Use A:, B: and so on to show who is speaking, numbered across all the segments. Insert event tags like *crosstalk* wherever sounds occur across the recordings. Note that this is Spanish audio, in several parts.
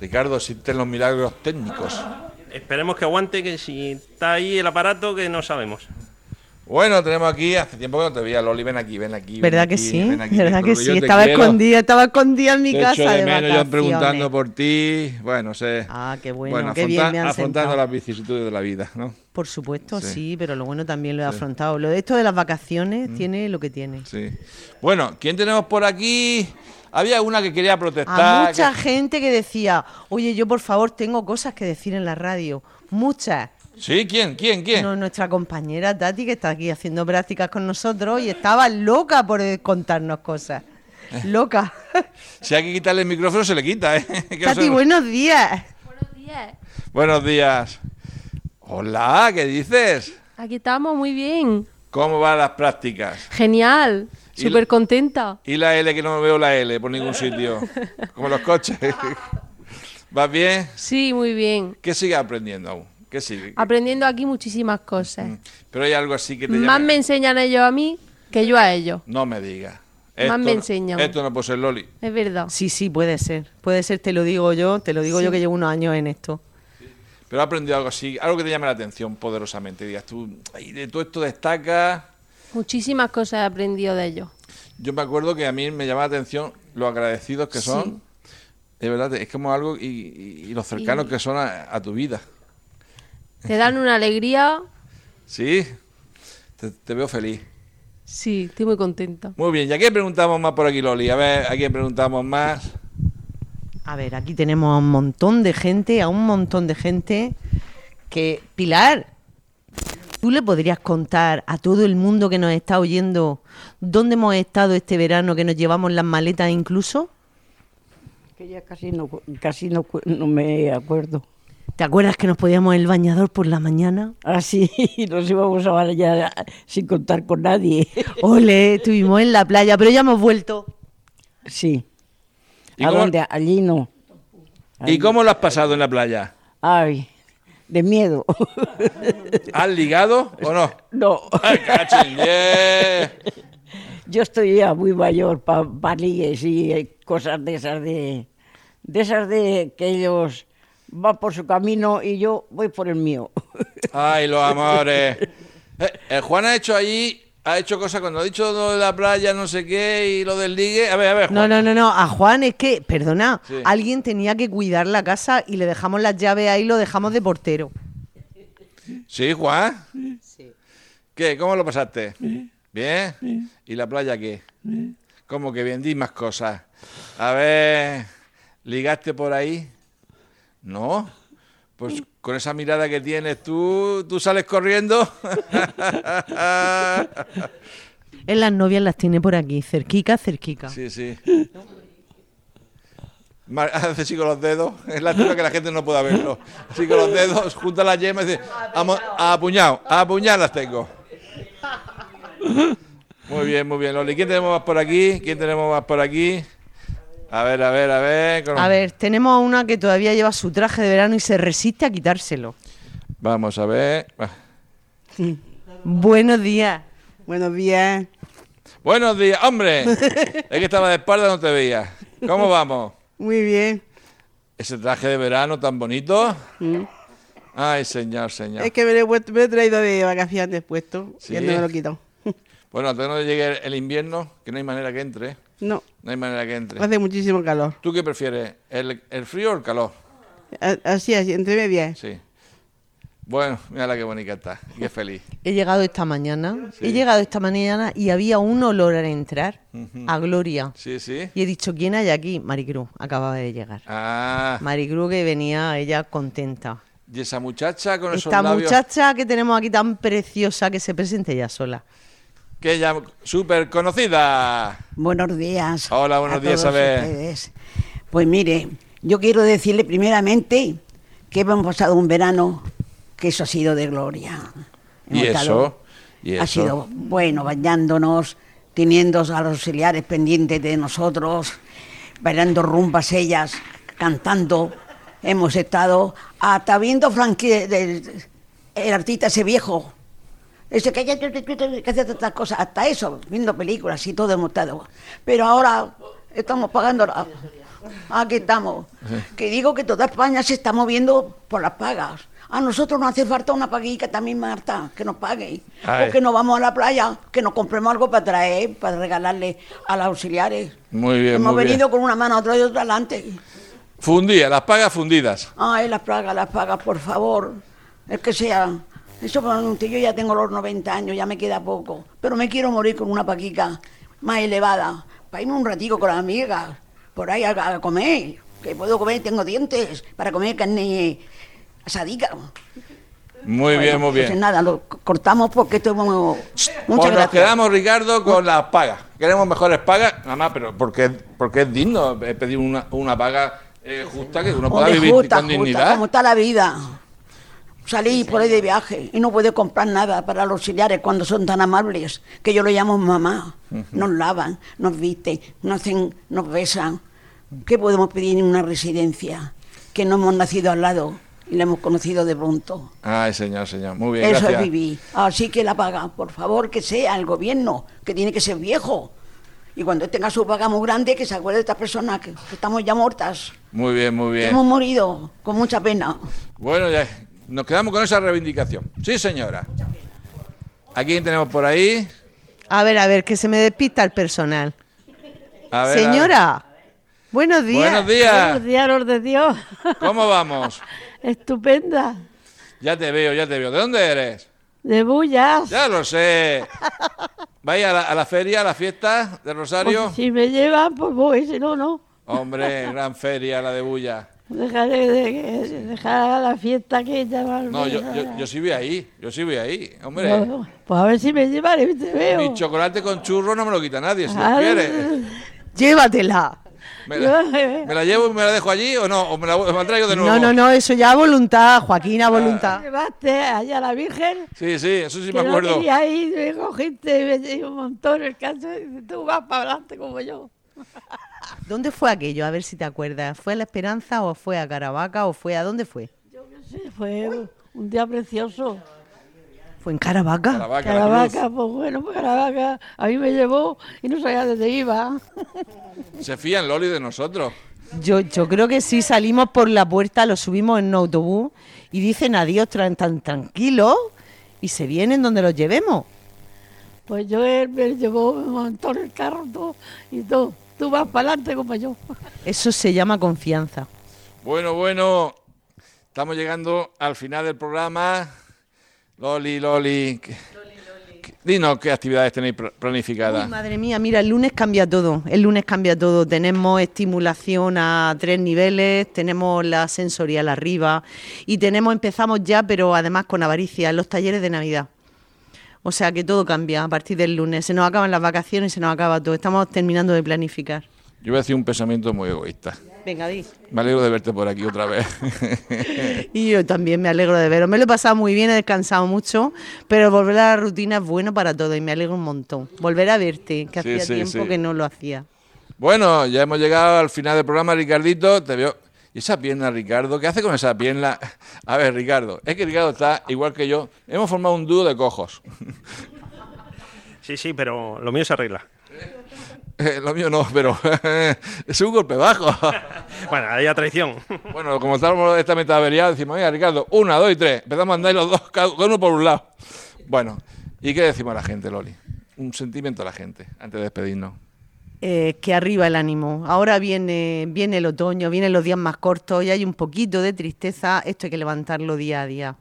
A: Ricardo, existen los milagros técnicos.
B: Esperemos que aguante, que si está ahí el aparato, que no sabemos.
A: Bueno, tenemos aquí, hace tiempo que no te veía, Loli, ven aquí, ven aquí. ven
C: ¿Verdad
A: aquí,
C: que sí?
A: ven aquí,
C: ¿Verdad que
A: Loli, yo
C: sí?
A: te
C: Estaba
A: quiero.
C: escondida, estaba escondida en mi
A: Te
C: casa
A: echo de
C: de
A: menos, yo
C: vacaciones.
A: preguntando por ti, bueno, sé.
C: Ah, qué bueno, qué bien me han
A: afrontando
C: sentado.
A: las vicisitudes de la vida, ¿no?
C: Por supuesto,
A: Sí.
C: sí. pero lo bueno también lo he afrontado. Lo de esto de las
A: Mm.
C: vacaciones tiene lo que tiene.
A: Sí. Bueno, ¿quién tenemos por aquí? Había una que quería protestar.
C: A mucha
A: que-
C: gente que decía, oye, yo por favor tengo cosas que decir en la radio. Muchas.
A: Sí, ¿quién? ¿Quién? ¿Quién?
C: No, nuestra compañera Tati, que está aquí haciendo prácticas con nosotros y estaba loca por eh, contarnos cosas.
A: Eh. *laughs*
C: Loca.
A: Si hay que quitarle el micrófono, se le quita, ¿eh? *laughs* Que no
C: Tati,
A: se-
C: buenos días.
D: Buenos días.
A: Buenos días. Hola, ¿qué dices?
D: Aquí estamos muy bien.
A: ¿Cómo van las prácticas?
D: Genial.
A: Y
D: Súper
A: la-
D: contenta.
A: Y la L, que no veo la L por ningún sitio. Como los coches. *laughs* ¿Vas bien?
D: Sí, muy bien.
A: ¿Qué sigue aprendiendo aún? ¿Qué sigue?
D: Aprendiendo aquí muchísimas cosas.
A: Pero hay algo así Mm, que te
D: Más
A: llama-
D: me enseñan ellos a mí que yo a ellos.
A: No me digas.
D: Más
A: Esto
D: me
A: no-
D: enseñan.
A: Esto no puede ser Loli.
D: Es verdad.
C: Sí, sí, puede ser. Puede ser, te lo digo yo, te lo digo
D: Sí.
C: yo que llevo unos años en esto.
A: Pero he aprendido algo así, algo que te llame la atención poderosamente. Digas tú, "Ay, de todo esto destaca.
D: Muchísimas cosas he aprendido de ellos.
A: Yo me acuerdo que a mí me llama la atención lo agradecidos que son. De verdad, es como algo y, y- y los cercanos
D: Y-
A: que son a- a tu vida.
D: Te dan una alegría.
A: Sí, te, te veo feliz.
D: Sí, estoy muy contenta.
A: Muy bien, ¿y a quién preguntamos más por aquí, Loli? A ver, ¿a quién preguntamos más?
C: A ver, aquí tenemos a un montón de gente, a un montón de gente que, Pilar, ¿tú le podrías contar a todo el mundo que nos está oyendo dónde hemos estado este verano, que nos llevamos las maletas incluso?
E: Que ya casi no, casi no, cu- no me acuerdo.
C: ¿Te acuerdas que nos podíamos el bañador por
A: *laughs*
C: la mañana?
E: Así Ah, *laughs* nos íbamos a bañar ah, sin contar con
A: *laughs*
E: nadie.
C: Ole, estuvimos en la playa, pero ya hemos vuelto.
E: Sí.
A: ¿Y
E: ¿A
A: cómo-
E: dónde? Allí no.
A: ¿Y cómo lo has pasado en la playa?
E: Ay, de miedo. *laughs*
A: ¿Has ligado o no?
E: no,
A: ¡Ay, cachín, yeah!
E: yo estoy ya muy mayor para ligues y eh, cosas de esas de, de esas de que ellos van por su camino y yo voy por el mío. *laughs*
A: ¡Ay, los amores! Eh, eh, Juan ha hecho allí, ha hecho cosas cuando ha dicho lo de la playa, no sé qué, y lo del ligue. A ver, a ver,
C: No,
A: Juan.
C: no, no, no, a Juan es que, perdona,
A: Sí.
C: alguien tenía que cuidar la casa y le dejamos las llaves ahí, lo dejamos de portero.
A: ¿Sí, Juan? Sí. ¿Qué? ¿Cómo lo pasaste? ¿Bien? ¿Y la playa qué? ¿Cómo que bien? Di más cosas. A ver, ¿ligaste por ahí? ¿No? Pues con esa mirada que tienes tú, tú sales corriendo.
C: Él las novias las tiene por aquí, cerquica, cerquica.
A: sí, sí. Ma- Hace así con los dedos. Es lástima que la gente no pueda verlo. Así con los dedos, junta las yemas y dice, "Amo- apuñado, apuñado las tengo. Muy bien, muy bien, Loli. ¿Quién tenemos más por aquí? ¿Quién tenemos más por aquí? A ver, a ver, a ver. con-
C: A ver, tenemos a una que todavía lleva su traje de verano y se resiste a quitárselo.
A: Vamos a ver.
C: Buenos días.
F: Buenos días.
A: Buenos días, hombre. Es que estaba de espalda, no te veía. ¿Cómo vamos?
F: Muy bien.
A: Ese traje de verano tan bonito. Ay, señor, señor.
F: Es que me lo he, puesto- me lo he traído de vacaciones puesto.
A: Sí.
F: Ya no me lo quito.
A: Bueno, hasta que no llegue el invierno, que no hay manera que entre. ¿eh?
F: No,
A: No hay manera que entre.
F: hace muchísimo calor.
A: ¿Tú qué prefieres? ¿El, el frío o el calor?
F: A- Así, así, entre medias.
A: Sí. Bueno, mira la que bonita está. Qué feliz.
C: He llegado esta mañana, he llegado esta mañana y había un olor al entrar a Gloria.
A: Sí, sí.
C: Y he dicho, ¿quién hay aquí? Maricruz, acababa de llegar.
A: Ah,
C: Maricruz que venía ella contenta.
A: y esa muchacha con esos
C: Esta
A: labios.
C: muchacha que tenemos aquí tan preciosa que se presente ya sola.
A: Que ya súper conocida.
G: Buenos días.
A: Hola, buenos
G: a
A: días,
G: todos
A: Abel.
G: ustedes. Pues mire, yo quiero decirle primeramente que hemos pasado un verano que eso ha sido de gloria. Hemos
A: Y
G: estado-
A: eso, y eso.
G: ha sido bueno, bañándonos, teniendo a los auxiliares pendientes de nosotros, bailando rumbas ellas, cantando. Hemos estado hasta viendo Frankie, el, el artista ese viejo. Ese que ya- que hace tantas cosas, hasta eso, viendo películas y todo hemos estado. Pero ahora estamos pagando. la- ah, Aquí estamos. Que digo que toda España se está moviendo por las pagas. A nosotros nos hace falta una paguica también, Marta, que nos pague.
A: Ay.
G: O que nos vamos a la playa, que nos compremos algo para traer, para regalarle a los auxiliares.
A: Muy bien,
G: Hemos
A: muy bien.
G: venido con una mano atrás y otra adelante.
A: Fundía, las pagas fundidas.
G: Ay, las pagas, las pagas, por favor. Es que sea. Eso para un tío, yo ya tengo los 90 años, ya me queda poco. Pero me quiero morir con una paquica más elevada. Para irme un ratico con las amigas, por ahí a, a comer. Que puedo comer, tengo dientes para comer carne asadica.
A: Muy bien, muy
G: Pues
A: bien.
G: nada, lo c- cortamos porque esto es muy- Muchas
A: Pues nos
G: gracias.
A: quedamos, Ricardo, con las pagas. Queremos mejores pagas, nada más, pero porque, porque es digno eh, pedir una, una paga eh, justa que uno pueda
G: Hombre,
A: vivir
G: Oh, justa,
A: con
G: justa,
A: dignidad.
G: como está la vida. Salí por ahí de viaje y no puede comprar nada para los auxiliares cuando son tan amables, que yo lo llamo mamá. Nos lavan, nos visten, nos, hacen, nos besan. ¿Qué podemos pedir en una residencia? Que no hemos nacido al lado y la hemos conocido de pronto.
A: Ay, señor, señor. Muy bien,
G: Eso
A: gracias.
G: es vivir. Así que la paga, por favor, que sea el gobierno, que tiene que ser viejo. Y cuando tenga su paga muy grande, que se acuerde de estas personas que que estamos ya muertas.
A: Muy bien, muy bien.
G: Hemos morido con mucha pena.
A: Bueno, ya nos quedamos con esa reivindicación. Sí, señora. ¿A quién tenemos por ahí?
C: A ver, a ver, que se me despista el personal.
A: A ver, a ver.
C: Señora, buenos días.
A: Buenos días.
H: Buenos días, los de Dios.
A: *laughs* ¿Cómo vamos?
H: Estupenda.
A: Ya te veo, ya te veo. ¿De dónde eres?
H: De bullas.
A: Ya lo sé.
G: *laughs*
A: ¿Vais a la, a la feria, a la fiesta de Rosario?
H: Pues, si me llevan, pues voy, si no, no.
A: Hombre, gran feria la de Bulla.
H: Dejaré de, dejar la fiesta que ya va-
A: No, yo, yo, eh, yo sí voy ahí, yo sí voy ahí. Hombre,
H: No, no. Pues a ver si me llevan y te veo.
A: mi chocolate con churro no me lo quita nadie, si lo
H: Ah,
A: quieres.
C: Llévatela.
A: ¿Me la,
H: eh,
A: me la llevo y me la dejo allí o no? ¿O me la, me la traigo de nuevo?
C: No, no, no, eso ya a voluntad, Joaquín, a voluntad.
H: Llevaste allá a la Virgen.
A: Sí, sí, eso sí
H: que
A: me
H: no
A: acuerdo.
H: quería ir, me cogiste y me di un montón el caso. Y dices, tú vas para adelante como yo.
C: ¿Dónde fue aquello? A ver si te acuerdas. ¿Fue a La Esperanza o fue a Caravaca o fue a dónde fue?
H: Sí, fue un- un día precioso.
C: ¿Fue en Caravaca?
A: Caravaca, la cruz.
H: Caravaca, pues bueno, pues Caravaca a mí me llevó y no sabía dónde iba. *laughs*
A: Se fían Loli de nosotros.
C: Yo, yo creo que sí, salimos por la puerta, lo subimos en un autobús y dicen adiós tran- tan tranquilos y se vienen donde los llevemos.
H: Pues yo él me llevó, me montó en el carro todo, y todo. Tú vas para adelante como yo.
C: Eso se llama confianza.
A: Bueno, bueno, estamos llegando al final del programa. Loli, Loli. ¿qué- qué- Dinos qué actividades tenéis pro-
C: Uy,
A: planificadas.
C: madre mía, mira, el lunes cambia todo. El lunes cambia todo. Tenemos estimulación a tres niveles, tenemos la sensorial arriba y tenemos, empezamos ya, pero además con avaricia, los talleres de Navidad. O sea que todo cambia a partir del lunes. Se nos acaban las vacaciones, se nos acaba todo. Estamos terminando de planificar.
A: Yo voy a decir un pensamiento muy egoísta.
C: Venga, di.
A: Me alegro de verte por aquí otra vez. *laughs*
C: Y yo también me alegro de veros. Me lo he pasado muy bien, he descansado mucho, pero volver a la rutina es bueno para todo y me alegro un montón. Volver a verte, que
A: Sí,
C: hacía
A: sí,
C: tiempo
A: sí.
C: que no lo hacía.
A: bueno, ya hemos llegado al final del programa, Ricardito. Te veo. ¿Y esa pierna, Ricardo? ¿Qué hace con esa pierna? *laughs* A ver, Ricardo, es que Ricardo está igual que yo. Hemos formado un dúo de cojos. *laughs*
B: Sí, sí, pero lo mío se arregla.
A: Eh, Lo mío no, pero *laughs* es un golpe bajo. *laughs*
B: Bueno, ahí a traición. *laughs*
A: Bueno, como estamos esta meta averiada, decimos, venga, Ricardo, una, dos y tres. Empezamos a andar los dos, cada uno por un lado. Bueno, ¿y qué decimos a la gente, Loli? Un sentimiento a la gente, antes de despedirnos.
C: Eh, que arriba el ánimo. Ahora viene, viene el otoño, vienen los días más cortos y hay un poquito de tristeza. Esto hay que levantarlo día a día.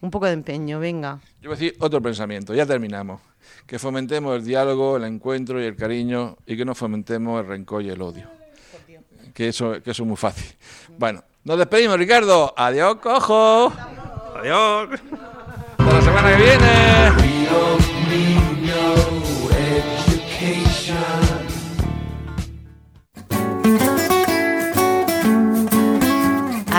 C: Un poco de empeño, venga.
A: Yo voy a decir otro pensamiento, ya terminamos. Que fomentemos el diálogo, el encuentro y el cariño y que no fomentemos el rencor y el odio. Que eso, que eso es muy fácil. Bueno, nos despedimos, Ricardo. Adiós, cojo. Hasta
B: Adiós.
A: la semana que viene.
I: Hasta